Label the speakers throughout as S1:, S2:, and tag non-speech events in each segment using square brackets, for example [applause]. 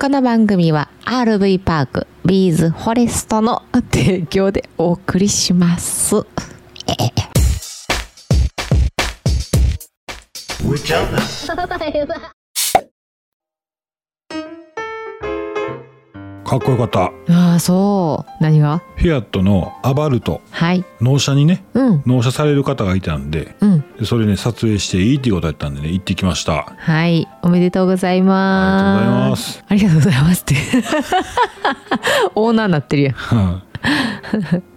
S1: この番組は RV パークビーズフォレストの提供でお送りします。
S2: [laughs] かっこよかった
S1: ああ、そう。何が
S2: フィアットのアバルト
S1: はい。
S2: 納車にね
S1: うん。
S2: 納車される方がいたんで
S1: うん。
S2: でそれね撮影していいっていうことやったんでね行ってきました
S1: はい。おめでとうござい
S2: ありがとうござい
S1: ま。
S2: ますす [laughs]
S1: ありがとうございます。 [laughs] って。オーナーになってるやん。
S2: は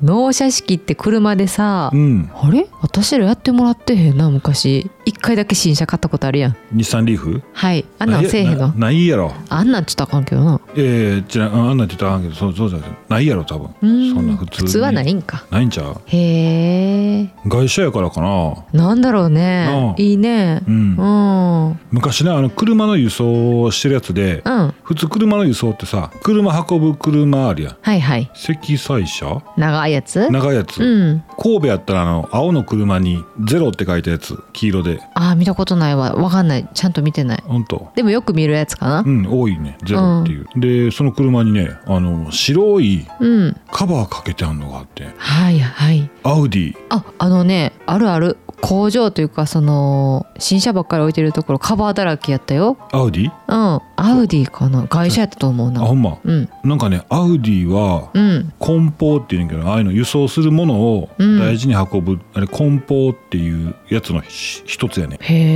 S1: 納車式って車でさ
S2: い、うん
S1: あれ私らやってもらってへんな、昔。一回だけ新車買ったことあるやん。
S2: 日産リーフ
S1: はい。あんなんせえへん
S2: な
S1: の
S2: ないやろ
S1: あんなんちょっとあかんけどな。
S2: ええじゃああんなんって言ったらあかんけどそうそうじゃないないやろ多分
S1: うー
S2: そんな普通に
S1: 普通はないんか。
S2: ないんちゃう
S1: へえ。
S2: 外車やからかな
S1: なんだろう
S2: な
S1: ね
S2: あ。
S1: いいね
S2: う。ん
S1: うん。うん。
S2: 昔ねあの車の輸送をしてるやつで普通車の輸送ってさ車運ぶ車あるやん
S1: はいはい。
S2: 積載車
S1: 長いやつ
S2: 長いやつ、
S1: うん。
S2: 神戸やったらあの青の車に「ゼロって書いたやつ黄色で
S1: あー見たことないわ。わかんない。ちゃんと見てない。
S2: ほんと
S1: でもよく見るやつかな
S2: う。ん多いね「ゼロっていう、でその車にねあの白い
S1: うん。
S2: カバーかけてあんのがあって
S1: はいはい。
S2: アウディ
S1: あ、あのね、あるある。工場というか、その、新車ばっかり置いてるところ、カバーだらけやったよ。
S2: アウディ
S1: うん。アウディかな。外車やったと思う
S2: あ
S1: な
S2: ほ。んま
S1: うん。
S2: なんかねアウディは
S1: うん。
S2: 梱包っていうねんけどああいうの輸送するものを
S1: うん
S2: 大事に運ぶ、あれ梱包っていうやつのひ一つやね
S1: へ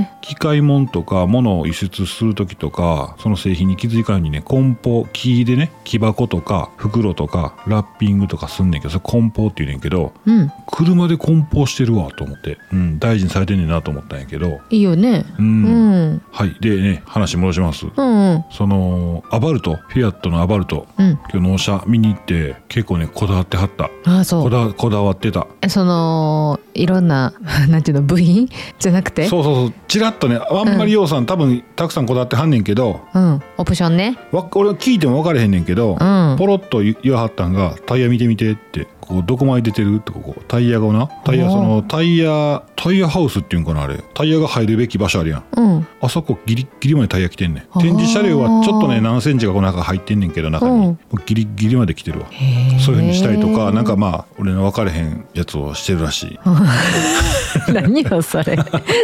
S1: え。
S2: 機械物とか物を輸出する時とかその製品に気づかんようにね梱包木でね木箱とか袋とかラッピングとかすんねんけどそれ梱包っていうねんけど
S1: うん。
S2: 車で梱包してるわと思って、うん、大事にされてんねんなと思ったんやけど
S1: いいよね。
S2: うん、
S1: うん。
S2: はいでね話戻します
S1: うんうん。
S2: そのアバルトフィアットのアバルト
S1: うん。
S2: 今日納車見に行って結構ねこだわってはった
S1: ああ、そ
S2: こ
S1: う。
S2: だこだわってた
S1: その、いろんな、 [laughs] なんていうの、部品じゃなくて。
S2: そうそうそうちらっとねあんまりようさん、多分たくさんこだわってはんねんけど
S1: うん。オプションね。
S2: わ俺聞いても分かれへんねんけど、
S1: うん。
S2: ポロッと言言わはったんが「タイヤ見てみて」って「ここどこまで出てる?」ってここタイヤがなタイヤ
S1: おー
S2: そのタイヤタイヤハウスっていうんかなあれタイヤが入るべき場所あるやん
S1: うん。
S2: あそこギリッギリまでタイヤ来てんねん
S1: あー
S2: 展示車両はちょっとね何センチかこの中入ってんねんけど中に、
S1: うん
S2: もうギリッギリまで来てるわ
S1: へえ
S2: そういうふうにしたりとかなんかまあ俺の分かれへんやつをしてるらしい
S1: [laughs] 何よそ
S2: [laughs]
S1: れ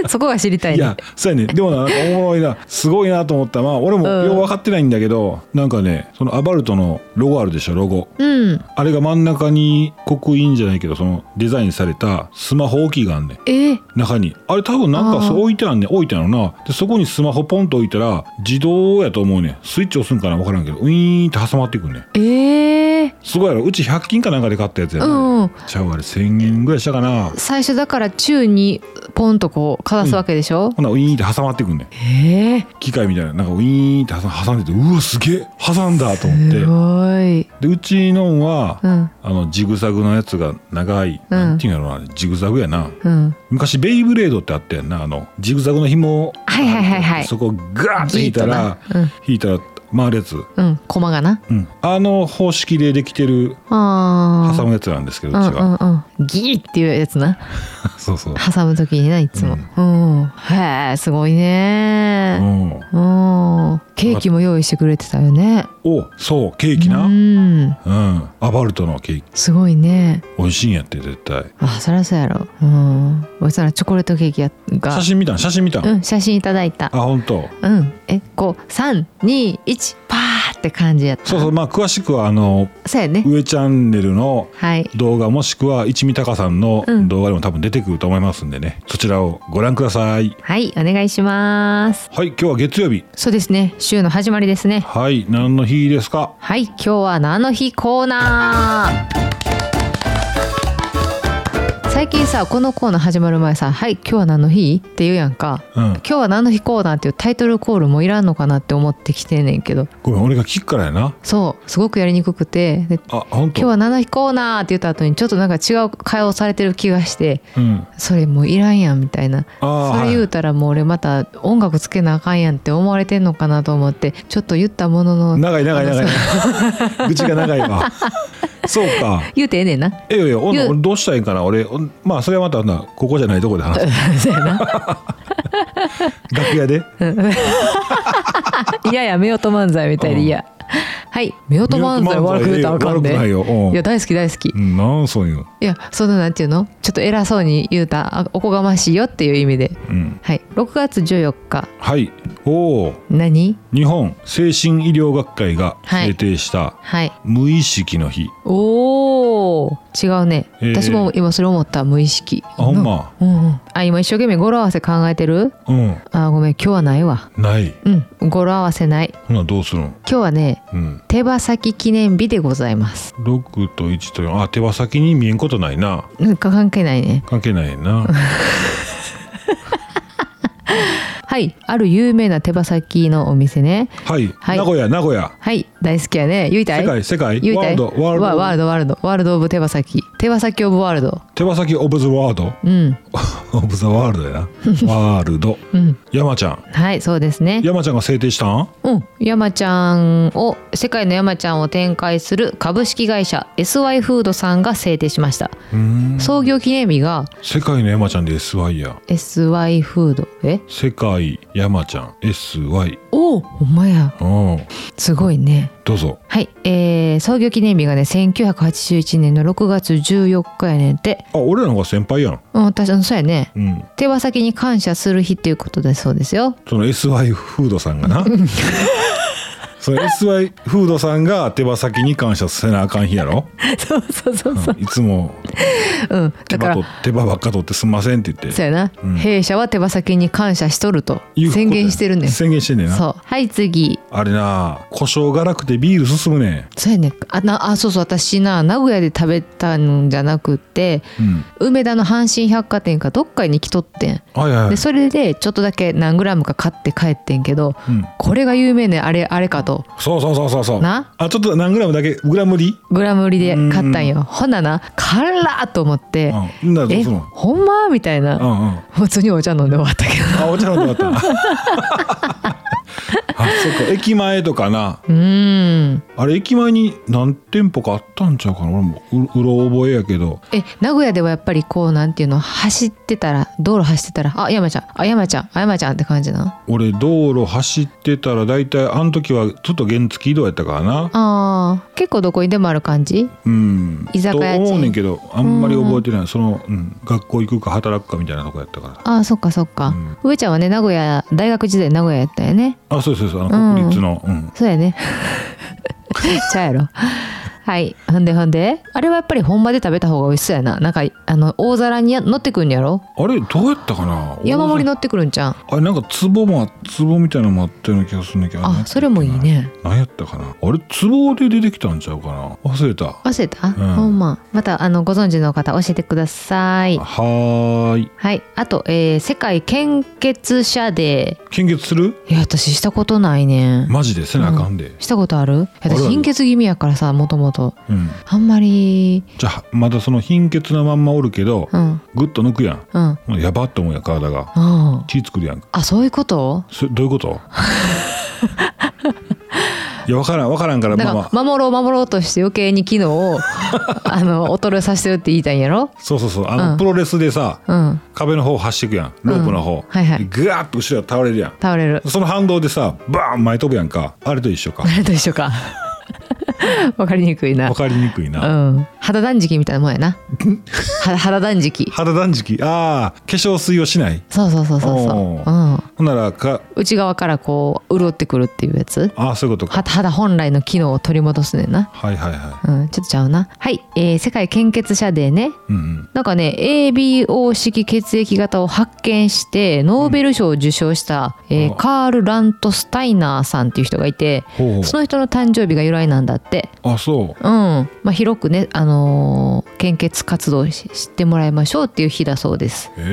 S1: そこが知りたい,、ね、
S2: いやそうやねでもななんかおもろいなすごいなと思ったまあ俺も
S1: うん
S2: よう分かってないんだけど、なんかねそのアバルトのロゴあるでしょロゴ
S1: うん
S2: あれが真ん中に刻印じゃないけどそのデザインされたスマホ置きがあんねん
S1: えー
S2: 中にあれ多分なんか
S1: あー
S2: そう置いてあんねん置いてあるなでそこにスマホポンと置いたら自動やと思うねんスイッチ押すんかな分からんけどウィーンって挟まっていくんねん
S1: えー
S2: すごいやろうち100均かなんかで買ったやつや
S1: う
S2: な、
S1: んうん
S2: ちゃうあれ1000円ぐらいしたかな
S1: 最初だから宙にポンとこうかざすわけでしょ、
S2: ほなウィーンって挟まっていくんねん
S1: ええ
S2: 機械みたいななんかウィーンって挟挟んでてうわすげえ挟んだと思って
S1: すごい、
S2: でうちのんは、
S1: うん
S2: あのジグザグのやつが長い、なんていうんやろうなジグザグやな
S1: うん、
S2: 昔ベイブレードってあったやんなあのジグザグの紐
S1: はいはいはいはい
S2: そこをガーッと引いたら
S1: ギーッとな
S2: 引いたら回るやつ、
S1: うん、駒がな
S2: うんあの方式でできてる
S1: あ
S2: 挟
S1: あ
S2: むやつなんですけど
S1: う
S2: うんちは、
S1: うんうんギーっていうやつな
S2: [laughs] そうそう、
S1: 挟む時にないつもうん、へえすごいね
S2: うん、
S1: うんケーキも用意してくれてたよね
S2: おそうケーキな、
S1: う
S2: うん
S1: ん
S2: アバルトのケーキ
S1: すごいね
S2: 美味しいんやって絶対
S1: あそりゃそうやろうんおいそらチョコレートケーキやが
S2: 写真見たん写真見たん、
S1: うん写真いただいた
S2: あ本当。
S1: うんえこう321パーって感じやった
S2: そうそうまあ詳しくはあの
S1: そうやね
S2: 上チャンネルの
S1: はい
S2: 動画もしくは一味高さんの
S1: うん
S2: 動画でも多分出てくると思いますんでね、そちらをご覧ください
S1: はいお願いします
S2: はい今日は月曜日
S1: そうですね週の始まりですね
S2: はい何の日ですか
S1: はい今日は何の日コーナー最近さこのコーナー始まる前さ「はい今日は何の日?」って言うやんか
S2: うん
S1: 「今日は何の日コーナー」っていうタイトルコールもいらんのかなって思ってきてんねんけど
S2: ごめん俺が聞くからやな
S1: そうすごくやりにくくてで
S2: あ本当
S1: 今日は七日コーナーって言った後にちょっとなんか違う会話をされてる気がして
S2: うん
S1: それもういらんやんみたいな
S2: あ
S1: そ
S2: あ
S1: れ
S2: ー、
S1: 言
S2: は
S1: う
S2: い、
S1: たらもう俺また音楽つけなあかんやんって思われてんのかなと思ってちょっと言ったものの
S2: 長い長
S1: [laughs]
S2: い長い愚痴が長いわそうか
S1: 言うてええねんな
S2: ええよええよおん
S1: 言う
S2: 俺どうしたらいいんかな俺おんまあそれはまたなここじゃないと
S1: [laughs]
S2: [laughs] こで話す
S1: そうやな
S2: 楽屋で
S1: いやいや、夫婦漫才みたいで嫌。はい、夫婦漫才悪く言うたらあかん
S2: 悪くない
S1: で。
S2: よ。うん
S1: いや、大好き大好き。
S2: うん、なんそういうの。
S1: いや、そのなんていうのちょっと偉そうに言うたらあおこがましいよっていう意味で。
S2: うん。
S1: はい、6月14日、
S2: はい。おお。
S1: 何
S2: 日本精神医療学会が
S1: はい
S2: 制定した
S1: はい。
S2: 無意識の日。
S1: おお違うね、
S2: えー
S1: 私も今それ思った無意識
S2: あ、ほんま。
S1: うんうん、あ今一生懸命語呂合わせ考えてる
S2: うん。
S1: あごめん今日はないわ
S2: ない。
S1: うん語呂合わせない
S2: ほなどうするの。
S1: 今日はね
S2: うん。
S1: 手羽先記念日でございます
S2: 六と一と四。あ、手羽先に見えんことないな。
S1: なんか関係ないね
S2: 関係ない
S1: [laughs]
S2: な。
S1: はいある有名な手羽先のお店ね
S2: はい。
S1: はい
S2: 名古屋、名古屋。
S1: はい大好きやね言いたい
S2: 世界、世界。
S1: 言い
S2: ワー
S1: た
S2: ル
S1: い
S2: ド、ワール
S1: わ
S2: ド。
S1: ワールドワールドワールドオブ手羽先手羽先オブワールド
S2: 手羽先オブズワールド。
S1: うん
S2: オブザワールドやな。ワールド。
S1: うん
S2: 山ちゃん。
S1: はいそうですね
S2: 山ちゃんが制定したん。
S1: うん、山ちゃんを世界の山ちゃんを展開する株式会社 SY フードさんが制定しました
S2: うーん。
S1: 創業記念日が
S2: 世界の山ちゃんで SY や
S1: SY フードえ
S2: 世界山ちゃん SY
S1: おおほんまや
S2: うん
S1: すごいね
S2: どうぞ
S1: はい、えー、創業記念日がね1981年の6月14日やねんて
S2: あ俺らの方が先輩やん
S1: うん私うんそうやね
S2: うん
S1: 手羽先に感謝する日っていうことだそうです
S2: [laughs]
S1: よ
S2: その SY フードさんがなその SY フードさんが手羽先に感謝せなあかん日やろ、
S1: そうそうそう
S2: うんいつも
S1: うん
S2: 手
S1: だか
S2: 羽
S1: ら
S2: と手羽ばっか取ってすんませんって言っ
S1: そ
S2: て
S1: うやな、
S2: うん
S1: 弊社は手羽先に感謝しとると
S2: 言うことや
S1: 宣言してるんだよ
S2: 宣言してんねんな
S1: そうはい次
S2: あれな故障がなくてビール進むね
S1: そうやねあなあそうそう私な名古屋で食べたんじゃなくって
S2: んうん
S1: 梅田の阪神百貨店かどっかに来とってん
S2: はいはいはい
S1: でそれでちょっとだけ何グラムか買って帰ってんけど
S2: うん、
S1: これが有名ねあれあれかと
S2: そうそうそうそうそう
S1: な
S2: あちょっと何グラムだけグラム売り、
S1: グラム売りで買ったんよほんなな辛っと思って
S2: うんな
S1: 「
S2: どう
S1: え
S2: するの
S1: ほんま?」みたい
S2: うん
S1: な
S2: うん
S1: 普通にお茶飲んで終わったけど
S2: あ、お茶飲んで終わった。
S1: [laughs]
S2: [laughs] あ、そっか、駅前とかな、
S1: うーん
S2: あれ駅前に何店舗かあったんちゃうかな、俺もううろ覚えやけど。
S1: え名古屋ではやっぱりこうなんていうの走ってたら道路走ってたら「あ山ちゃんあ山ちゃんあ山ちゃん」って感じな
S2: 俺道路走ってたら、大体あの時はちょっと原付移動やったからな。
S1: あー結構どこにでもある感じ
S2: うん。
S1: 居酒屋チェーン
S2: と思うねんけど、あんまり覚えてない、その、うん、学校行くか働くかみたいなとこやったから。
S1: ああそっかそっか、
S2: うん
S1: 上ちゃんはね名古屋大学時代名古屋やったよね
S2: あ、そうそうそう、あの国立の、うん、
S1: そうや
S2: [laughs]
S1: ねちゃうやろはいほんでほんであれはやっぱり本場で食べた方が美味しそうやななんかあの大皿にや乗ってくんやろ
S2: あれ、どうやったかな。
S1: 山盛り
S2: の。
S1: 乗ってくるんじゃん
S2: あれ、なんか壺も、壺みたいなのもあったような気がするんだけど。れなん
S1: あ
S2: て
S1: それもいいね
S2: 何やったかなあれ壺で出てきたんちゃうかな忘れたは
S1: 忘れた、
S2: ん
S1: ほんままたあのご存知の方教えてください
S2: ーい
S1: はいあと、えー世界献血者デ
S2: 献血する
S1: ーいや私したことないね
S2: マジでせなあかんで、
S1: したことあるいや私
S2: あるある
S1: 貧血気味やからさもともと
S2: うん
S1: あんまり
S2: じゃあまだその貧血なまんまおるけど
S1: うん
S2: グッと抜くやん
S1: うん
S2: もうやばって思うやん体が
S1: うん
S2: 血作るやん
S1: あそういうこと
S2: そどういうこと
S1: [laughs]
S2: いや分からん分からんから
S1: だ
S2: ま
S1: か
S2: あ
S1: ら
S2: まあ
S1: 守ろう守ろうとして余計に機
S2: [laughs]
S1: 能をあの衰えさせてるって言いたいんやろ
S2: そうそうそうあの、
S1: うん
S2: プロレスでさ
S1: うん
S2: 壁の方走っていくやんロープの方、
S1: うんはいはい
S2: でグワーッと後ろが倒れるやん
S1: 倒れる
S2: その反動でさバーン前飛ぶやんかあれと一
S1: [laughs]
S2: 緒か
S1: あれと一緒かわかりにくいな
S2: 分かりにくいうな、
S1: ん肌断食みたいなもんや
S2: [laughs]
S1: なは肌断食
S2: 肌断食ああ化粧水をしない
S1: そうそうそうそうそう
S2: お、
S1: うん、
S2: ほんならか
S1: 内側からこう潤ってくるっていうやつ
S2: ああそういうことか
S1: は肌本来の機能を取り戻すねんな
S2: はいはいは
S1: うん、ちょっとちゃうなはい、えー世界献血者デーね
S2: いうんうん
S1: なんかね ABO 式血液型を発見してノーベル賞を受賞した、えー
S2: あ
S1: カール・ラント・スタイナーさんっていう人がいて
S2: ほうほう
S1: その人の誕生日が由来なんだって。
S2: あそ
S1: うんまあ、広くね、あのー献血活動をし知ってもらいましょうっていう日だそうです。
S2: うへ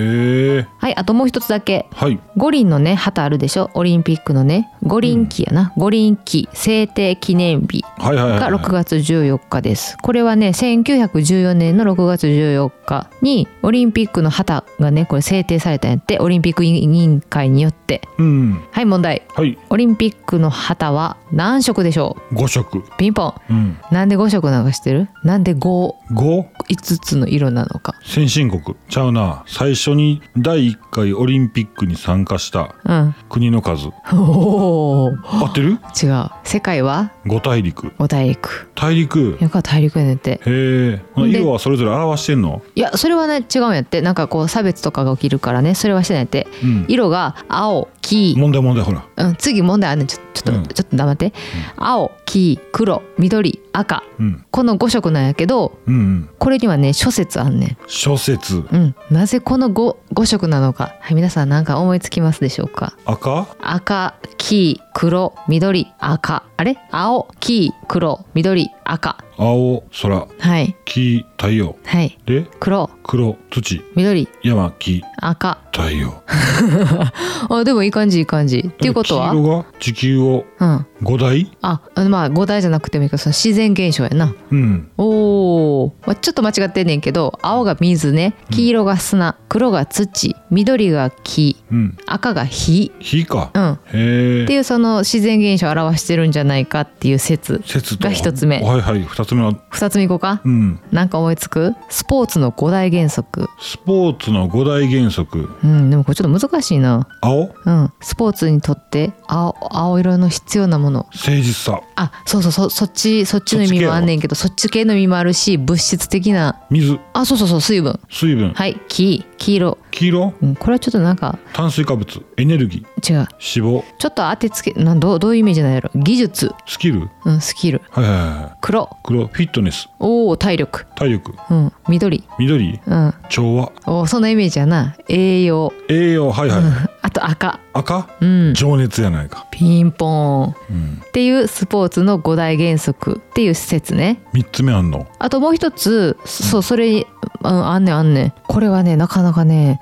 S2: え
S1: はいあともう一つだけ
S2: はい
S1: 五輪のね旗あるでしょオリンピックのね五輪旗やな、五輪旗制定記念日
S2: はいはいはい
S1: が6月14日です。これはね1914年の6月14日にオリンピックの旗がねこれ制定されたんやってオリンピック委員会によって。
S2: うん
S1: はい問題。
S2: はい
S1: オリンピックの旗は何色でしょ
S2: 五色
S1: うピンポン。
S2: うん
S1: なんで5色なんかしてるなんで5
S2: 五
S1: 5つの色なのか
S2: 先進国ちゃうな最初に第1回オリンピックに参加した
S1: うん
S2: 国の数
S1: おお
S2: 合ってる
S1: 違う世界は
S2: ?5 大陸
S1: お大陸
S2: 大陸
S1: やから大陸やねんて
S2: へえ
S1: で
S2: 色はそれぞれ表してんの
S1: いやそれはね違うんやってなんかこう差別とかが起きるからねそれはしてないって
S2: うん
S1: 色が青黄、
S2: 問題問題ほら
S1: うん、次問題あんねんちょちょっと、
S2: うん
S1: ちょっと黙って、青黄黒緑赤
S2: うん
S1: この5色なんやけど
S2: うんうん
S1: これにはね諸説あんねん
S2: 諸説
S1: うん、なぜこの 5, 5色なのか、はい、皆さん何か思いつきますでしょうか
S2: 赤
S1: 赤黄黒緑赤あれ青黄黒緑赤
S2: 青空
S1: はい
S2: 木太陽
S1: はい
S2: で
S1: 黒
S2: 黒土
S1: 緑
S2: 山木
S1: 赤
S2: 太陽
S1: あでもいい感じいい感じっていうことは
S2: 黄色が地球を
S1: うん
S2: 5大
S1: あまあ五大じゃなくてもいいけどその自然現象やな
S2: うん
S1: おーまあちょっと間違ってんねんけど青が水ね黄色が砂黒が土緑が木
S2: うん
S1: 赤が火
S2: 火か
S1: うん
S2: へ
S1: っ
S2: え
S1: ていうその自然現象を表してるんじゃないかっていう説
S2: 説と
S1: が一つ目
S2: はいはい二つ目の
S1: 2つ目いこうか
S2: うん
S1: なんか思いつくスポーツの5大原則
S2: スポーツの5大原則
S1: うんでもこれちょっと難しいな
S2: 青
S1: うんスポーツにとって青青色の必要なもの
S2: 誠実さ
S1: あそうそうそそっちそっちの意味もあんねんけどそっち系の意味もあるし物質的な
S2: 水
S1: あそうそうそう水分
S2: 水分
S1: はい黄黄色、
S2: 黄色
S1: うん、これはちょっとなんか
S2: 炭水化物エネルギー
S1: 違う
S2: 脂肪
S1: ちょっと当てつけなんどうどういうイメージなんやろ技術、
S2: スキル
S1: うん、スキル
S2: はいはいはいはい
S1: 黒
S2: 黒フィットネス
S1: おお体力、
S2: 体力
S1: うん、緑、
S2: 緑
S1: うん、
S2: 調和
S1: おそんなイメージやな栄養
S2: 栄養はいはい、
S1: あと赤
S2: 赤
S1: うん
S2: 情熱やないか、
S1: ピンポーンっ
S2: うん、
S1: ていうスポーツの五大原則っていう施設ね
S2: 3つ目あんの
S1: あともう一つそうそれ、うん、あんねんあんねんこれはねなかなかね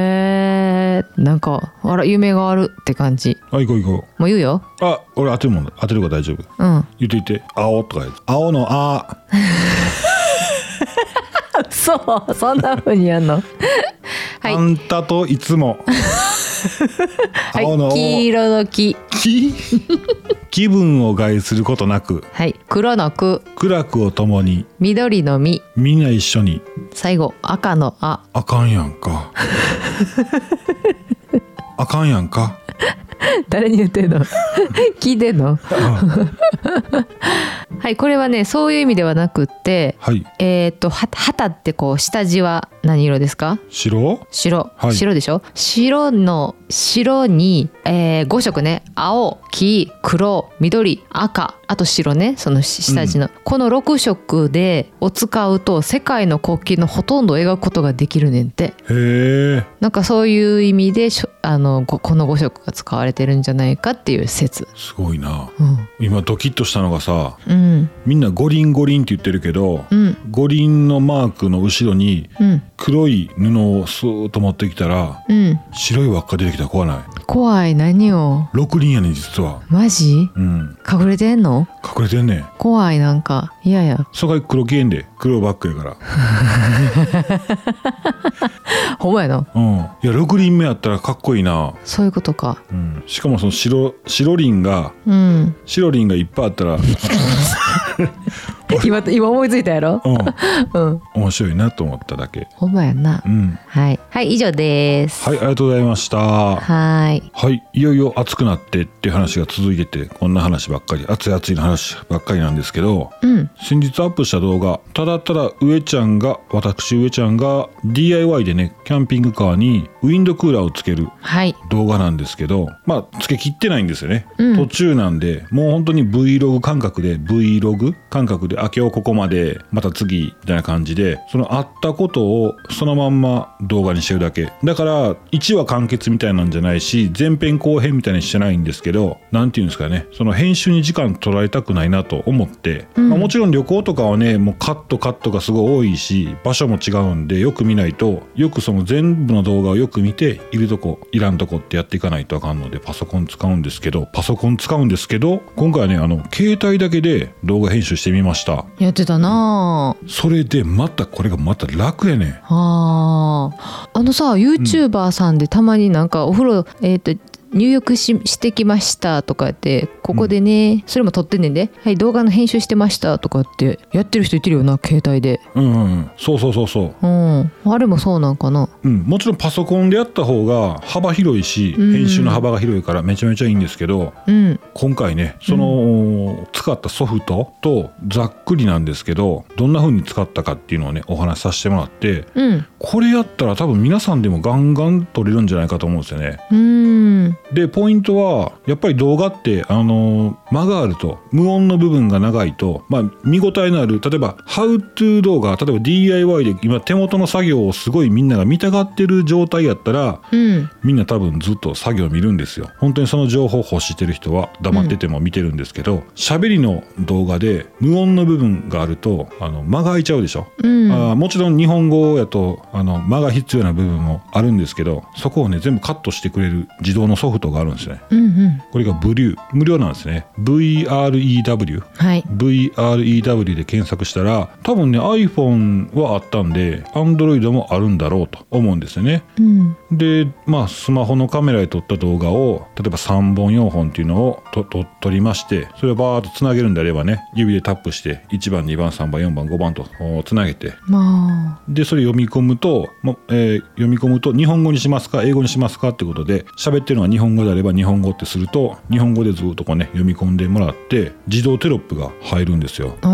S1: へえんかあら夢があるって感じ
S2: あ行こう行こ
S1: もう言うよ
S2: うあ俺当てるもん当てるから大丈夫
S1: うん
S2: 言って言って青とかやつ青のあ
S1: [laughs] そうそんな風にやん [laughs] のはい
S2: あんたといつも
S1: [laughs] は
S2: 青の
S1: い黄色の黄
S2: 気 [laughs] 気分を害することなく
S1: はい黒のく
S2: 苦楽を共に
S1: 緑の実
S2: みんな一緒に
S1: 最後赤のあ
S2: あかんやんかあかんやんか
S1: [laughs] 誰に言ってん [laughs] の聞いてんの
S2: あ
S1: はいこれはねそういう意味ではなくって
S2: はい
S1: えっ、とは旗ってこう下地は何色ですか
S2: 白
S1: 白、
S2: はい
S1: 白でしょ白の白に、え5色ね青黄黒緑赤あと白ねそのし下地の、この6色でを使うと世界の国旗のほとんどを描くことができるねんって
S2: へえ
S1: なんかそういう意味でしょあのごこの5色が使われてるんじゃないかっていう説
S2: すごいな
S1: うん
S2: 今ドキッとしたのがさ
S1: うん
S2: みんな五輪五輪って言ってるけど、
S1: うん
S2: 五輪のマークの後ろに
S1: うん
S2: 黒い布をスーッと持ってきたら
S1: うん
S2: 白い輪っか出てきたら怖ない
S1: 怖い何を
S2: 六輪やねん実は
S1: マジ
S2: うん
S1: 隠れてんの
S2: 隠れてんねん
S1: 怖いなんかいやいや
S2: そこが黒系んで黒ばっかやから
S1: ほんまやな
S2: うんいや六輪目やったらかっこいいな、
S1: そういうことか
S2: うん、しかもその白白輪が
S1: うん
S2: 白輪がいっぱいあったら [laughs]
S1: 今今思いついたやろ
S2: うん
S1: うん
S2: 面白いなと思っただけ
S1: ほんまやな
S2: うん
S1: はいはい以上です
S2: はいありがとうございました
S1: はーい
S2: はい、いよいよ暑くなってっていう話が続いててこんな話ばっかり暑い暑いの話ばっかりなんですけど
S1: うん
S2: 先日アップした動画ただただ上ちゃんが私上ちゃんが DIY でねキャンピングカーにウィンドクーラーをつける
S1: はい
S2: 動画なんですけどまあつけきってないんですよね、
S1: うん
S2: 途中なんでもう本当に Vlog 感覚で Vlog 感覚であ今日ここまでまた次みたいな感じでそのあったことをそのまんま動画にしてるだけだから1話完結みたいなんじゃないし前編後編みたいにしてないんですけど何て言うんですかねその編集に時間取られたくないなと思って、
S1: うん
S2: まあもちろん旅行とかはねもうカットカットがすごい多いし場所も違うんでよく見ないとよくその全部の動画をよく見ているとこいらんとこってやっていかないとあかんのでパソコン使うんですけどパソコン使うんですけど今回はねあの携帯だけで動画編集してみました
S1: やってたな
S2: それでまたこれがまた楽やねん
S1: ああーあのさ YouTuber さんでたまになんかお風呂えっ、と入浴ししてきましたとかってここでね、それも撮ってんねんで、はい、動画の編集してましたとかってやってる人いてるよな携帯で
S2: うんうんうんそうそうそうそ
S1: う
S2: う
S1: んあれもそうなんかな
S2: うん、もちろんパソコンでやった方が幅広いし、
S1: うん
S2: 編集の幅が広いからめちゃめちゃいいんですけど
S1: うん
S2: 今回ねその、使ったソフトとざっくりなんですけどどんな風に使ったかっていうのをねお話しさせてもらって
S1: うん
S2: これやったら多分皆さんでもガンガン撮れるんじゃないかと思うんですよね。
S1: うん
S2: でポイントはやっぱり動画ってあの間があると無音の部分が長いと、まあ、見応えのある例えば「HowTo 動画」例えば DIY で今手元の作業をすごいみんなが見たがってる状態やったら
S1: うん
S2: みんな多分ずっと作業見るんですよ本当にその情報を欲してる人は黙ってても見てるんですけど喋、りの動画で無音の部分があるとあの間が空いちゃうでしょ、
S1: うん
S2: あーもちろん日本語やとあの間が必要な部分もあるんですけどそこをね全部カットしてくれる自動のソフトがあるんですね
S1: うんうん
S2: これがブリュー無料なんですね VREW
S1: はい
S2: VREW で検索したら多分ね iPhone はあったんで Android もあるんだろうと思うんですよね
S1: うん
S2: で、まあ、スマホのカメラで撮った動画を例えば3本4本っていうのをとと撮りましてそれをバーッとつなげるんであればね指でタップして1番2番3番4番5番とおつなげて
S1: まあ
S2: でそれ読み込むと、もえー読み込むと日本語にしますか英語にしますかってことで喋ってるのが日本語であれば日本語ってすると日本語でずっとこうね読み込んでもらって自動テロップが入るんですよ。
S1: あ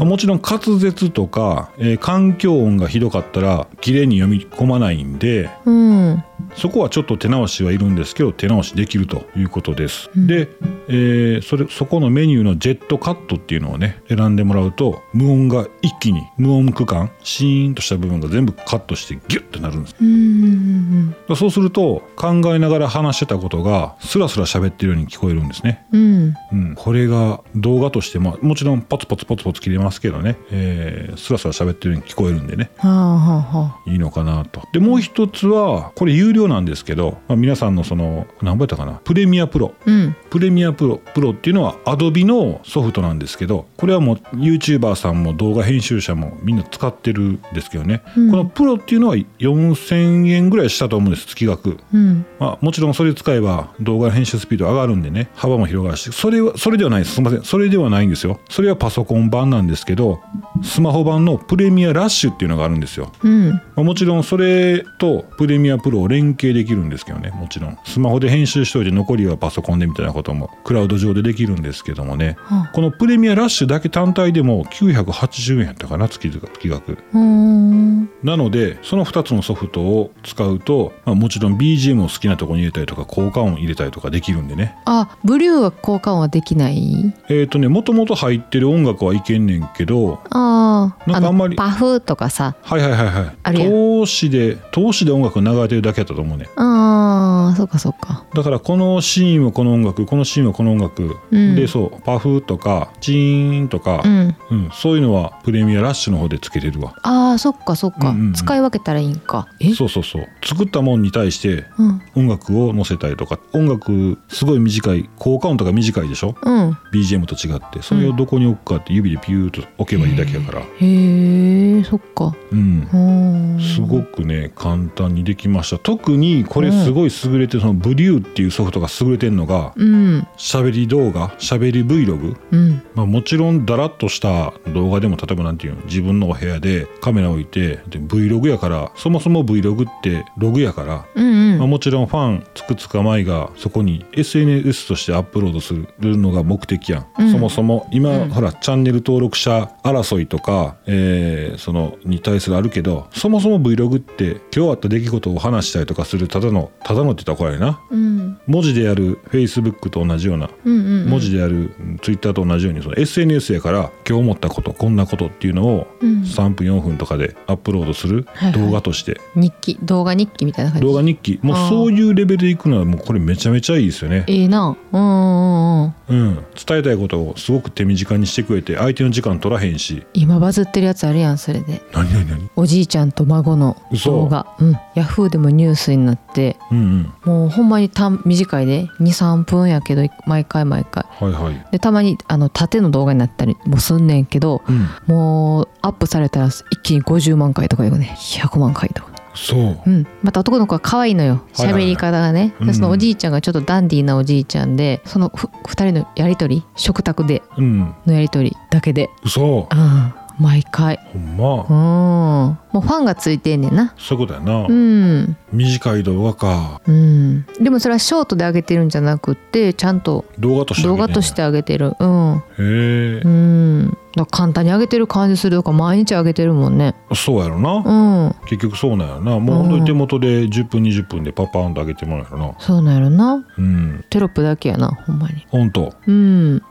S1: ー
S2: もちろん滑舌とか、えー環境音がひどかったら綺麗に読み込まないんで
S1: うん
S2: そこはちょっと手直しはいるんですけど手直しできるということです。
S1: うん
S2: で、えーそれそこのメニューのジェットカットっていうのをね選んでもらうと無音が一気に無音区間シーンとした部分が全部カットしてギュッてなるんです。だか
S1: うんうん
S2: らそうすると考えながら話してたことがスラスラ喋ってるように聞こえるんですね。
S1: うん
S2: うん、これが動画としてももちろんポツポツポツポツ切れますけどね、えー、スラスラ喋ってるように聞こえるんでね
S1: はあはあはい
S2: いのかなと。で、もう一つは、これ有料なんですけど、まあ、皆さんのその、何倍やったかな、プレミアプロ。
S1: あうん
S2: プレミアプロ、プロっていうのは Adobe のソフトなんですけど、これはもう YouTuber さんも動画編集者もみんな使ってるんですけどね。
S1: うん
S2: このプロっていうのは4000円ぐらいしたと思うんです、月額。
S1: うん
S2: まあ、もちろんそれ使えば動画の編集スピード上がるんでね幅も広がるしそれはそれではないですすみませんそれではないんですよそれはパソコン版なんですけどスマホ版のプレミアラッシュっていうのがあるんですよ
S1: うん
S2: まあもちろんそれとプレミアプロを連携できるんですけどねもちろんスマホで編集しといて残りはパソコンでみたいなこともクラウド上でできるんですけどもね
S1: は
S2: このプレミアラッシュだけ単体でも980円やったかな月月額
S1: あうん
S2: なのでその2つのソフトを使うと、まあ、もちろん BGM を好きなところに入れたりとか効果音入れたりとかできるんでね
S1: あブリューは交換はできない
S2: えっ、とねもともと入ってる音楽はいけんねんけど
S1: ああ
S2: なんかあんまり
S1: パフとかさ
S2: はいはいはいはい
S1: あるやん
S2: 投資で投資で音楽流れてるだけやったと思うね
S1: ああそうかそうか
S2: だからこのシーンはこの音楽このシーンはこの音楽、
S1: うん
S2: でそうパフとかチーンとか
S1: う、ん
S2: うんそういうのはプレミアラッシュの方でつけれるわ
S1: ああそっかそっか、
S2: うんうんうん
S1: 使い分けたらいいんかえ
S2: そうそうそう作ったもんに対して
S1: うん
S2: 音楽を載せたりとか音楽すごい短い効果音とか短いでしょ
S1: うん
S2: BGM と違ってそれをどこに置くかって指でピューッと置けばいいだけやから、
S1: へえそっか
S2: うん、
S1: うん
S2: すごくね簡単にできました特にこれすごい優れてるそのブリューっていうソフトが優れてるのが
S1: うん
S2: 喋り動画喋り Vlog
S1: うん
S2: まあ、もちろんだらっとした動画でも例えばなんていうの自分のお部屋でカメラ置いてで Vlog やからそもそも Vlog ってログやから
S1: うん
S2: ま
S1: う
S2: あ、
S1: ん
S2: もちろんファンつくつかまいがそこに SNS としてアップロードするのが目的やん、
S1: うん
S2: そもそも今、
S1: うん
S2: ほらチャンネル登録者争いとか、えーそのに対するあるけどそもそも Vlog って今日あった出来事を話したりとかするただのただのって言ったらこれやな
S1: うん
S2: 文字でやる Facebook と同じような
S1: うんうん
S2: 文字でやるうん Twitter と同じようにその SNS やから今日思ったことこんなことっていうのを
S1: うん
S2: 3分4分とかでアップロードする
S1: はいはい
S2: 動画として
S1: 日記動画日記みたいな感じ
S2: 動画日記も
S1: あ
S2: う
S1: ー
S2: そういうレベルでいくのはもうこれめちゃめちゃいいですよね、
S1: ええなうんうんうん
S2: うん、伝えたいことをすごく手短にしてくれて相手の時間取らへんし
S1: 今バズってるやつあるやんそれで
S2: 何何何
S1: おじいちゃんと孫の
S2: 嘘
S1: 動画うんヤフーでもニュースになって
S2: うんうん
S1: もうほんまに短短いで23分やけど毎回毎回
S2: はいはい
S1: でたまにあの縦の動画になったりもすんねんけど
S2: うん
S1: もうアップされたら一気に50万回とかよね100万回とか
S2: そう
S1: う。ん、また男の子は可愛いのよ
S2: はいはい
S1: 喋
S2: はい
S1: り方がね、
S2: うん
S1: そのおじいちゃんがちょっとダンディーなおじいちゃんでそのふ2人のやり取り食卓で
S2: うん。
S1: のやり取りだけで、
S2: 嘘。
S1: うん、毎回
S2: ほんま
S1: う。んもうファンがついてんねんな
S2: そういうことやな
S1: う。ん
S2: 短い動画か。
S1: うんでもそれはショートで上げてるんじゃなくってちゃんと
S2: 動画として。
S1: 動画とし。て上げてるうん
S2: へ
S1: うんだから簡単に上げてる感じするとか毎日上げてるもんね
S2: え。そうやろな。
S1: うん
S2: 結局そうなんやろな。もう本当に手元で10分20分でパパーンと上げてもらうやろな。
S1: そうなんやろな
S2: うん。
S1: テロップだけやなほんまに
S2: 本当。
S1: うん、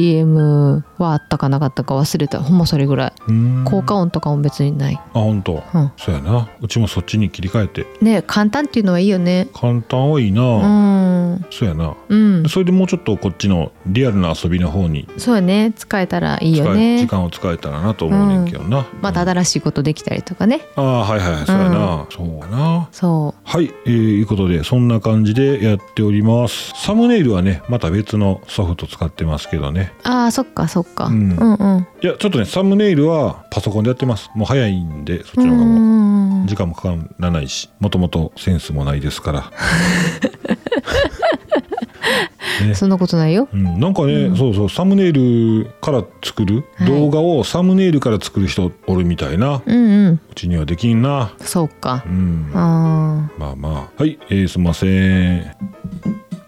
S1: BGM はあったかなかったか忘れたほんまそれぐらい
S2: うん。
S1: 効果音とかも別にない、
S2: あ本当。
S1: うん、
S2: そうやな。うちもそっちに切り替えて。
S1: ね簡単っていうのはいいよね
S2: 簡単はいいうな。
S1: ん
S2: そうやな。
S1: うん
S2: それでもうちょっとこっちのリアルな遊びの方に
S1: そうやね使えたらいい
S2: 使
S1: よね
S2: え時間を使えたらなと思うねんけどな。
S1: また
S2: うん
S1: 新しいことできたりとかね
S2: ああはいはいはいそうやな。そうやな。
S1: そ
S2: はい、えー、いうことで、そんな感じでやっております。サムネイルはね、また別のソフト使ってますけどね。
S1: うあーそっかそっか、
S2: う
S1: うんん、うんうん
S2: いや、ちょっとね、サムネイルはパソコンでやってます。もう早いんで、そ
S1: う
S2: っちの方がもう。
S1: ん
S2: 時間もかからないし、もともとセンスもないですから。ね
S1: そんなことないよ
S2: うん、なんかね、
S1: うん
S2: そうそう、サムネイルから作る、
S1: はい
S2: 動画をサムネイルから作る人おるみたいな。
S1: うんうん
S2: うちにはできんな。
S1: そうか
S2: うん。
S1: あ
S2: まあまあ。はい、えー、すいません。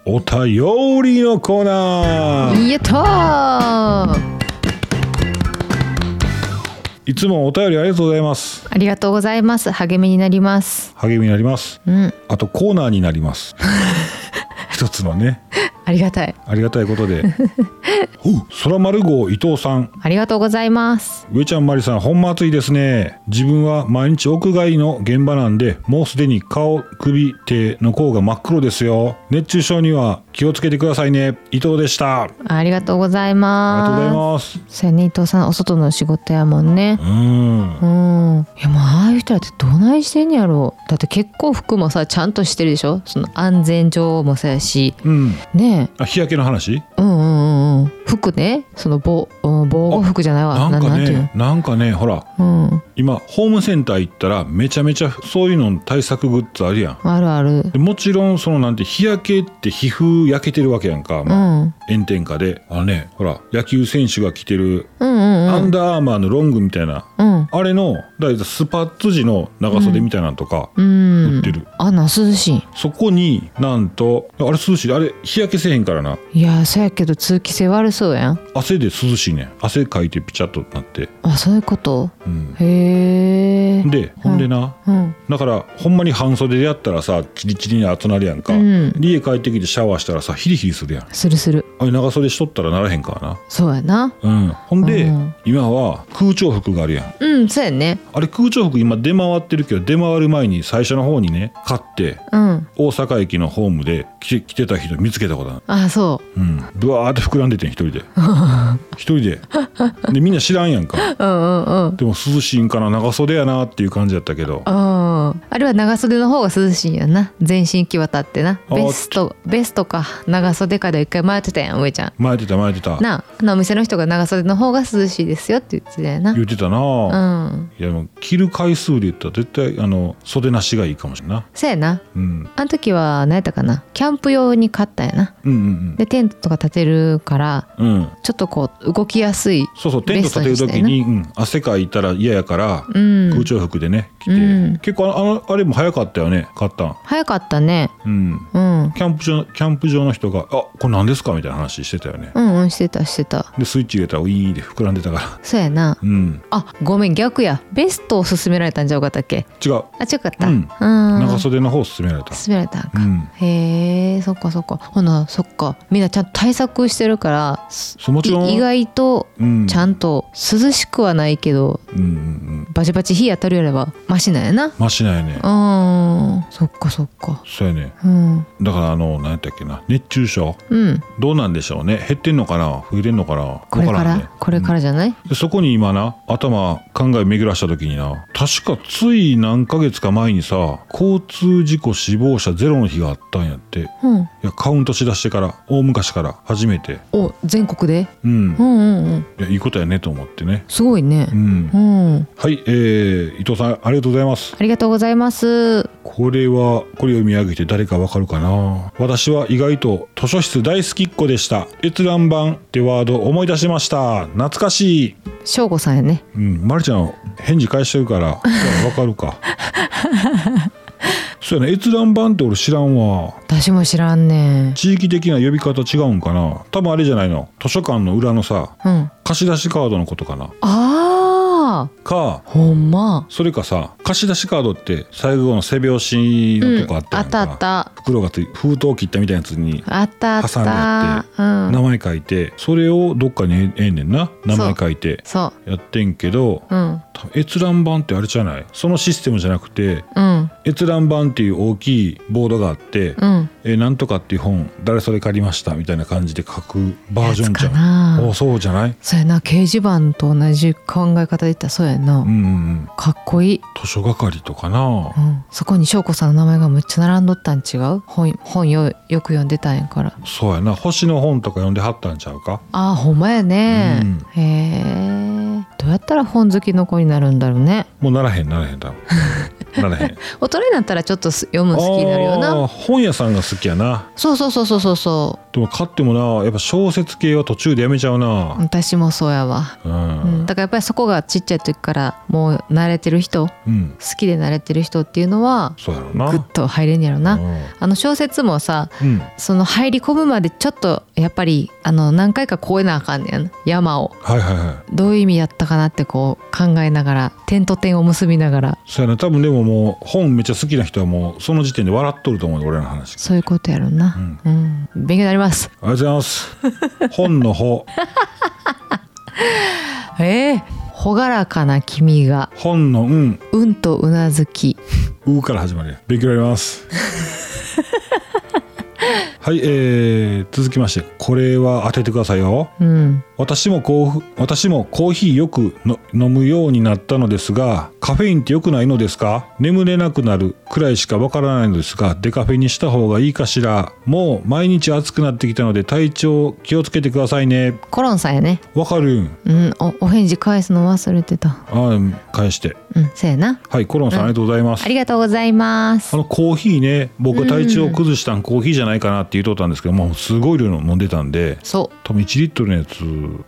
S2: お便りのコーナー
S1: ーやったー
S2: いつもお便りありがとうございます。
S1: ありがとうございます励みになります
S2: 励みになります。
S1: うん
S2: あとコーナーになり
S1: [laughs]
S2: ます。一つのね、
S1: ありがたい
S2: ありがたいことで。お空丸号伊藤さん、
S1: ありがとうございます
S2: 上ちゃんまりさん、ほんま暑いですね。自分は毎日屋外の現場なんで、もうすでに顔、首、手の甲が真っ黒ですよ。熱中症には気をつけてくださいね。伊藤でした。あり
S1: ありがとうござい
S2: が
S1: ます。
S2: とうございます。
S1: そうやね伊藤さんお外の仕事やもんね
S2: う。ん
S1: う。ん、いやもうああいう人だってどないしてんやろだって結構服もさちゃんとしてるでしょその安全上もそうやし
S2: うん。
S1: ね
S2: あ、日焼けの話
S1: えうんうんうんうん服ねその防,、うん、防護服じゃないわ
S2: なんか
S1: ていう
S2: ね、なんかね、ほら、
S1: のうん
S2: 今ホームセンター行ったらめちゃめちゃそういうの対策グッズあるやん
S1: あるある
S2: でもちろんそのなんて日焼けって皮膚焼けてるわけやんか、
S1: う
S2: まあ、
S1: んうん
S2: 炎天下であのねほら野球選手が着てる
S1: うん
S2: ア
S1: う
S2: ン
S1: ん
S2: ダーアーマーのロングみたいな、
S1: うん
S2: あれのだからスパッツ時の長袖みたいなのとか、
S1: うん
S2: 売ってる
S1: あんなん涼し
S2: そこになんとあれ涼しいあれ日焼けせえへんからない
S1: いやそうやけど通気性悪そうやん
S2: 汗で涼しいねん汗かいてピチャッとなって、
S1: あそういうこと
S2: うん、
S1: へえ
S2: でほんでな、
S1: うん
S2: だからほんまに半袖でやったらさチリチリに熱なるやんか、
S1: うん
S2: で家帰ってきてシャワーしたらさヒリヒリするやん
S1: するする
S2: あれ長袖しとったらならへんから
S1: そうやな
S2: なうんほんで、
S1: うん
S2: 今は空調服があるやん
S1: うんそうやね
S2: あれ空調服今出回ってるけど出回る前に最初の方にね買って
S1: うん
S2: 大阪駅のホームで着て着てた人見つけたことある
S1: あそ
S2: うんぶわーって膨らんでてん一
S1: [laughs]
S2: 人で一人ででみんな知らんやん
S1: [laughs]
S2: か
S1: ううんうんうん
S2: でも涼しいんかな長袖やなっていう感じやったけど
S1: ああれは長袖の方が涼しいんやな全身行き渡ってな
S2: あ
S1: ベストベストか長袖かで一回迷ってたやん上ちゃん
S2: 巻いてた巻いてた
S1: なああのお店の人が長袖の方が涼しいですよって言ってたやな
S2: 言ってたなあ
S1: うん
S2: いやでも着る回数で言ったら絶対あの袖なしがいいかもしれんな、
S1: そうやな
S2: うん、
S1: あの時は何やったかなキャンプ用に買ったんやな
S2: うん
S1: でテントとか立てるから
S2: うんうんうん
S1: ちょっとこう動きやすい
S2: そうそうテント立てる時に、うん、汗かいたら嫌やから、
S1: うん
S2: 空調服でね着て、
S1: うん
S2: 結構あのあれも早かったよね買ったん
S1: 早かったね
S2: うん
S1: うん
S2: キャンプ場キャンプ場の人が「あこれ何ですか?」みたいな話してたよね
S1: うんうんしてたしてた
S2: でスイッチ入れたらウィーンで膨らんでたから [laughs]
S1: そうやな
S2: うん
S1: あごめん逆やベストを勧められたんじゃよかったっけ
S2: 違う
S1: あ違かった、
S2: うん長
S1: 長
S2: 袖の方勧められた
S1: 滑られたんか、
S2: うん
S1: へえそっかそっかほなそっかみんなちゃんと対策してるからす
S2: そうもちろん
S1: い意外と
S2: うん
S1: ちゃんと涼しくはないけど、
S2: うんうんうん
S1: バチバチ火当たるよりはマシなんやな
S2: マシなんやね
S1: うんそっかそっか
S2: そうやね
S1: うん
S2: だからあの何やったっけな熱中症
S1: うん
S2: どうなんでしょうね減ってんのかな増えてんのかな
S1: これから
S2: わんね
S1: これからじゃない、
S2: でそこに今な頭考え巡らした時にな確かつい何ヶ月か前にさ交通事故死亡者ゼロの日があったんやってい
S1: うん、
S2: やカウントしだしてから大昔から初めて
S1: お全国で
S2: うん
S1: うんうんうん
S2: いやいいことやねと思ってね
S1: すごいね
S2: う、ん
S1: うん、
S2: はいえー、伊藤さんありがとうございます
S1: ありがとうございます
S2: これはこれを見上げて誰かわかるかな私は意外と図書室大好きっ子でした閲覧版ってワード思い出しました懐かしい
S1: 翔吾さんやね
S2: うん、まるちゃん返事返してる
S1: [laughs]
S2: からわかるかそうやね閲覧版って俺知らんわ
S1: 私も知らんね
S2: 地域的な呼び方違うんかな多分あれじゃないの図書館の裏のさ
S1: うん
S2: 貸し出しカードのことかな
S1: あー
S2: か
S1: ほんま
S2: それかさ貸し出しカードって最後の背拍子のとこあった
S1: あ
S2: やん
S1: った
S2: か、
S1: あった
S2: 袋がつい封筒切ったみたいなやつに
S1: あったあっ
S2: 挟んであ
S1: たうん
S2: 名前書いて、それをどっかにええねんな名前書いて
S1: そ
S2: やってんけど
S1: ううん
S2: 多分閲覧版ってあれじゃないそのシステムじゃなくて
S1: うん
S2: 閲覧版っていう大きいボードがあって、
S1: うん
S2: えーなんとかっていう本誰それ借りましたみたいな感じで書くバージョンじ
S1: やつか
S2: ゃん
S1: な
S2: おそうじゃない
S1: そうやな掲示板と同じ考え方で言ったらそうやな
S2: うんうんうん
S1: かっこいい、
S2: 図書係とかな
S1: うん、そこに翔子さんの名前がむっちゃ並んどったん違う本本よよく読んでたんやから
S2: そうやな星の本とか読んではったんちゃうか
S1: あーほんまやね、へえどうやったら本好きの子になるんだろうね
S2: もうならへんならへん多
S1: [laughs]
S2: 分ならへん
S1: 大人になったらちょっとす読むの好きになるよ
S2: あ
S1: な
S2: ー本屋さんが好きやな
S1: そうそうそうそうそうそ
S2: でも買ってもなやっぱ小説系は途中でやめちゃう
S1: う
S2: な
S1: 私もそうやわ、
S2: う
S1: うんん、だからやっぱりそこがちっちゃい時からもう慣れてる人好
S2: うん
S1: きで慣れてる人っていうのは
S2: そうやろう
S1: グッ
S2: な
S1: と入れんやろ
S2: う
S1: な。
S2: ん
S1: あの小説もさ
S2: うん
S1: その入り込むまでちょっとやっぱりあの何回か越えなあかんねん山を
S2: はいはいはい
S1: どういう意味やったかなってこう考えながら点と点を結びながら
S2: そうやな多分でももう本めっちゃ好きな人はもうその時点で笑っとると思うよ俺らの話
S1: そういうことやろな、うん勉強になります
S2: ありがとうございます。本の方、
S1: えー、朗らかな君が
S2: 本のうん、
S1: うんとうなずき
S2: うから始まるよ。勉強になります。はい、えー、続きまして、これは当ててくださいよ。
S1: うん
S2: 私もコーヒー私もコーヒーよくの飲むようになったのですがカフェインって良くないのですか眠れなくなるくらいしかわからないのですがデカフェにした方がいいかしらもう毎日暑くなってきたので体調気をつけてくださいね
S1: コロンさんやね
S2: わかるん
S1: うんおお返事返すの忘れてた
S2: あー返して
S1: うんそうやな
S2: はいコロンさんありがとうございます
S1: ありがとうございます
S2: あのコーヒーね僕体調崩したんコーヒーじゃないかなって言うとったんですけど、もうすごい量飲んでたんで
S1: そ
S2: 多分1リットルのやつ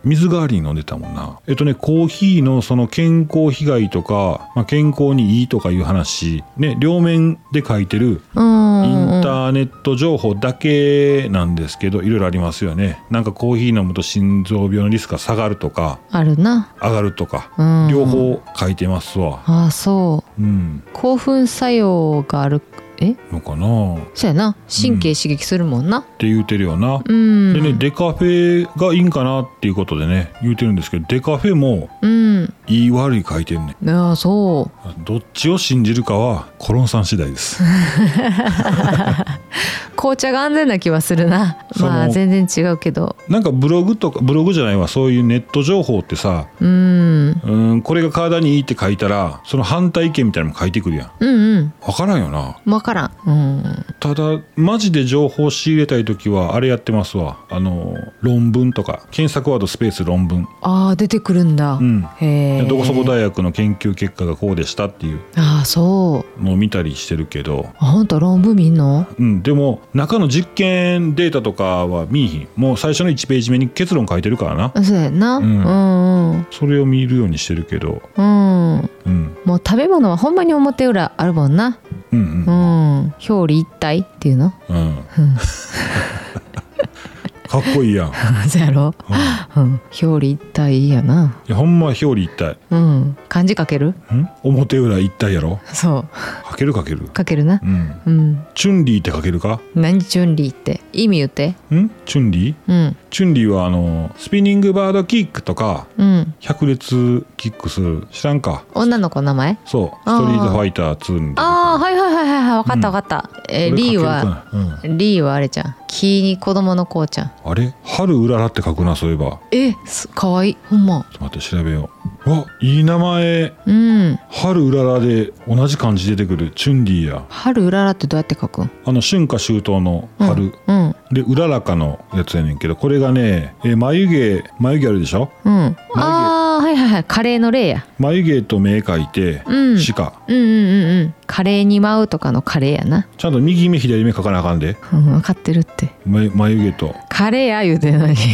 S2: 水代わりに飲んでたもんなえっとねコーヒーのその健康被害とか、まあ、健康にいいとかいう話ね両面で書いてる
S1: ううん
S2: イン
S1: うん
S2: ターネット情報だけなんですけどいろいろありますよねなんかコーヒー飲むと心臓病のリスクが下がるとか
S1: あるな
S2: 上がるとか
S1: うん
S2: 両方書いてますわ
S1: ああそう
S2: うん
S1: 興奮作用があるえ
S2: のかなっ
S1: そうやな神経刺激するもんな
S2: て言うてるよな
S1: うん
S2: でね、デカフェがいいんかなっていうことでね言うてるんですけどデカフェも
S1: うん
S2: いい悪い書いてんね
S1: ああそ
S2: どっちを信じるかはコロンさん次第です [laughs]
S1: う紅茶が安全な気はするな
S2: その
S1: まあ全然違うけど
S2: なんかブログとかブログじゃないわそういうネット情報ってさ
S1: うんうん
S2: うーんこれが体にいいって書いたらその反対意見みたいなのも書いてくるやん
S1: うん
S2: 分からんよな
S1: 分からんうん
S2: ただマジで情報を仕入れたい時はあれやってますわあの論文とか検索ワードスペース論文
S1: ああ出てくるんだ、
S2: うん
S1: へえ
S2: どこそこ大学の研究結果がこうでしたっていう
S1: ああそう
S2: のを見たりしてるけど
S1: あ本当論文見んの
S2: うん、でも中の実験データとかは見いひんもう最初の1ページ目に結論書いてるからな
S1: そうやんな、
S2: う
S1: うんん、うん
S2: それを見るようにしてるけど、
S1: うん
S2: うん、
S1: もう食べ物はほんまに表裏あるもんな
S2: うん
S1: う
S2: うん
S1: ん表裏一体っていうの [laughs]
S2: うん、かっこいいやん、うん、い
S1: そうやろ、うん、表裏一体やな
S2: やほんま表裏一体
S1: うん漢字書ける
S2: ん表裏一体やろ
S1: そ
S2: かけるかける
S1: う書けるな
S2: うん
S1: うん
S2: チュンリーってかけるか
S1: 何チュンリーって意味言って
S2: んチュンリー
S1: うん
S2: チュンリーはあのスピニングバードキックとか
S1: うん
S2: 百列キックする知らんか
S1: 女の子の名前
S2: そうストリートファイター2に出てくる
S1: ああはいはいはいはいはい分かった分かった、え
S2: これ
S1: リー
S2: かける
S1: は
S2: かなうん
S1: リーはあれじゃん木に子供のこうちゃん
S2: あれ春うららって書くなそういえば
S1: えすかわいいほんま
S2: ちょっと待って調べようわいい名前
S1: うん
S2: 春うららで同じ漢字出てくるチュンディや
S1: 春うららってどうやって書くん
S2: あの春夏秋冬の
S1: うん
S2: 春、
S1: うん
S2: でうららかのやつやねんけどこれがね、えー眉毛眉毛あるでしょ
S1: うんああはいはいはいカレーの例や
S2: 眉毛と目描いて
S1: うん
S2: しか、
S1: うんうんうんうんカレーに舞うとかのカレーやな
S2: ちゃんと右目左目描かなあかんで
S1: うん分かってるって
S2: 眉眉毛と
S1: カレーや言うてんのに [laughs]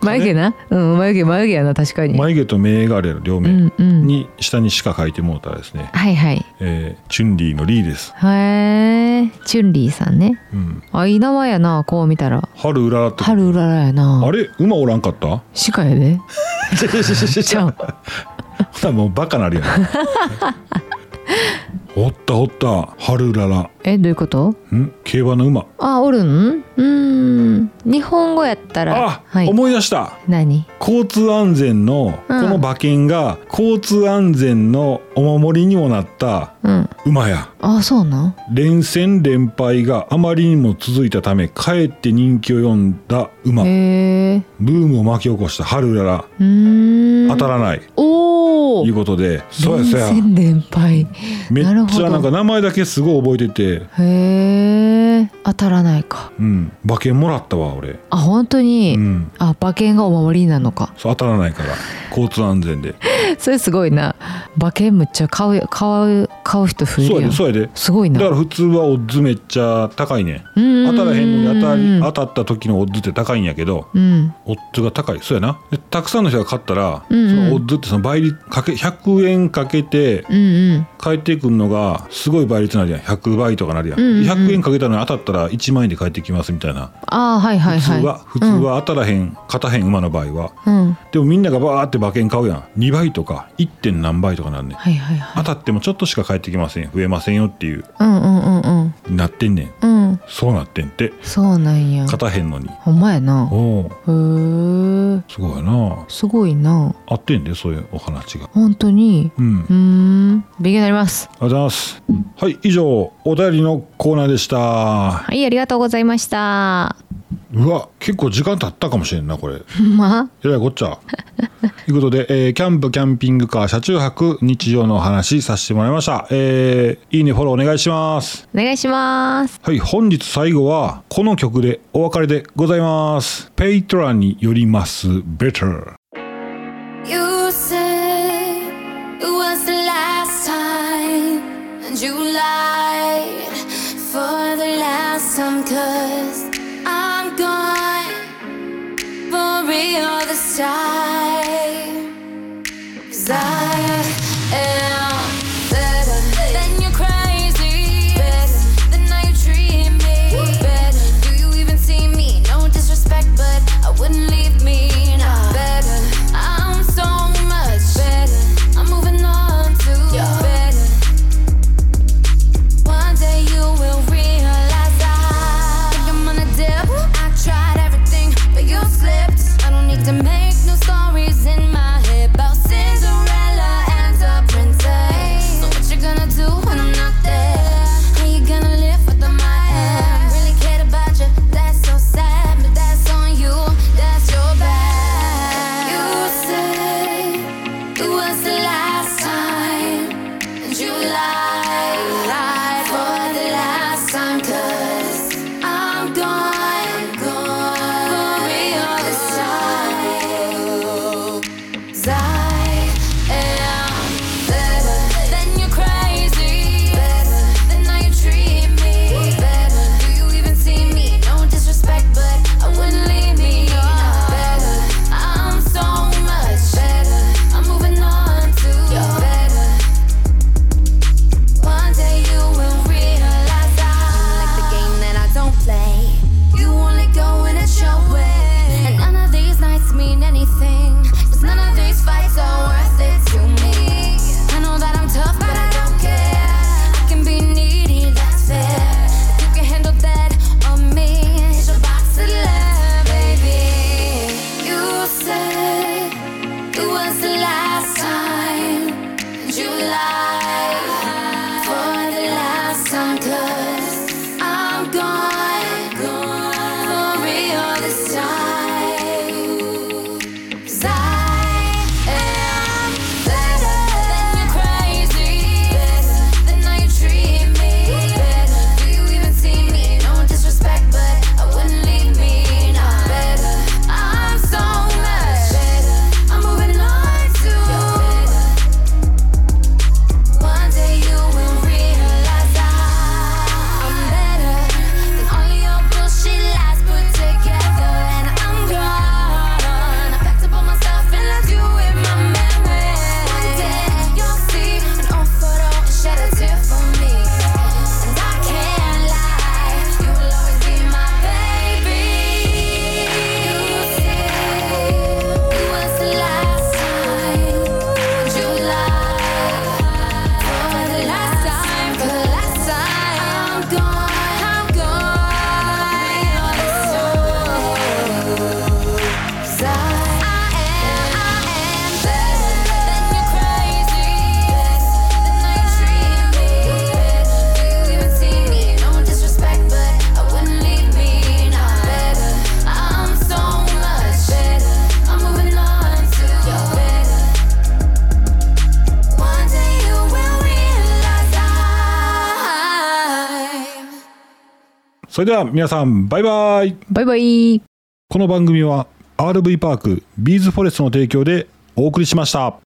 S1: 眉毛なうん眉毛眉毛やな確かに
S2: 眉毛と目があるやろ両
S1: う
S2: 目、
S1: んうん
S2: に下にしか描いてもうたらですね、
S1: はいはい
S2: えーチュンリーのリーです、
S1: へえチュンリーさんね
S2: うん、
S1: あいい名前やなこう見たら
S2: 春うららって
S1: 春うららやな
S2: あれ馬おらんかった
S1: 鹿やで
S2: ち
S1: ちゃう
S2: ほなもうバカなるやんおったおった春うらら
S1: えどういうこと
S2: ん競馬の馬
S1: あおるんうーん日本語やったら
S2: あ、
S1: はい
S2: 思い出した
S1: 何
S2: 交通安全のこ
S1: うん
S2: の馬券が交通安全のお守りにもなった
S1: うん
S2: 馬や
S1: あそうなん
S2: 連戦連敗があまりにも続いたためかえって人気を呼んだ馬ブ
S1: へえ
S2: ームを巻き起こした春うらら
S1: うーん
S2: 当たらない
S1: おお
S2: いうことでそうやそうや
S1: 連戦連敗
S2: めっ
S1: なるほ
S2: ち
S1: ど
S2: ゃなんか名前だけすごい覚えてて
S1: へえ当たらないか
S2: うん馬券もらったわ俺
S1: あ本当に、
S2: うん
S1: あ馬券がお守りなのか [laughs]
S2: そう当たらないから交通安全で
S1: それすごいな馬券むっちゃ買う買う買う人増え
S2: そう
S1: る
S2: や
S1: やん
S2: でそうやです
S1: ごいな
S2: だから普通はオッズめっちゃ高いねん
S1: 当
S2: 当たらへんのに当たり
S1: た
S2: 当たった時のオッズって高いんやけど
S1: うん
S2: オッズが高いそうやなでたくさんの人が勝ったら、
S1: うんうん
S2: そのオッズってその倍率かけ100円かけて
S1: うんうん
S2: 返ってくるのがすごい倍率になるやん100倍とかなるやん,、
S1: うんうんうん
S2: 100円かけたのに当たったら1万円で返ってきますみたいな
S1: ああはいはい
S2: 普通
S1: はい
S2: は、普通は当たらへん勝たへん馬の場合は
S1: うん、うん、
S2: でもみんながバーって馬券買うやん2倍とか 1. 点何倍とかなんねん
S1: はいはいは
S2: 当
S1: い
S2: たってもちょっとしか返ってきません増えませんよっていう
S1: うんうんうん
S2: なってんね
S1: う
S2: ん
S1: んうん
S2: そうなってんって
S1: そうなんや
S2: 勝たへんのに
S1: ほんまやな
S2: お
S1: へ
S2: お
S1: え
S2: すごいな
S1: すごいな
S2: あってんでそういうお話が
S1: 本当に
S2: うん
S1: うーん勉強になります
S2: ありがとうございますはい以上お便りのコーナーでした
S1: はいありがとうございました [laughs]
S2: うわ結構時間経ったかもしれんなこれ
S1: ま
S2: えらいこっちゃ。 [laughs] ということで、えーキャンプ、キャンピングカー、車中泊、日常のお話させてもらいました。えーいいね、フォローお願いします。
S1: お願いします
S2: はい、本日最後は、この曲でお別れでございます。ペイトラによります、Better。
S3: You said it was the last time, and you lied for the last time, cause I'm gone for real this time. Cause I am better than you're crazy, better than how you treat me, better. Do you even see me? No disrespect, but I wouldn't leave me. Nah. Better, I'm so much better. I'm moving on to better. One day you will realize I think I'm on a dip. I tried everything, but you slipped. I don't need to make new stories in my head about Cinderella and the princess. So what you gonna do when I'm not there? How you gonna live without my head? Really cared about you, that's so sad, but that's on you, that's your bad. You say it was the last time. July, life for the last time, cause I'm gone, gone for real this time. 'Cause I am better than you're crazy, better than how you treat me, better. Do you even see me? No disrespect, but I wouldn't leave me. Better, I'm so much better. I'm moving on to better. One day you will realize I like the game that I don't play. You only go when it's your way. And none of these nights mean anything. Cause none of these fights are worth it to me. I know that I'm tough, but I don't care. I can be needy, that's fair. If you can handle that on me, it's your box to love, baby. You say it was the last time. July for the last time, cause I'm gone, gone for real this time. 'Cause I am
S2: それでは皆さんバイバイ
S1: バイバイ
S2: この番組は RV パークビーズフォレストの提供でお送りしました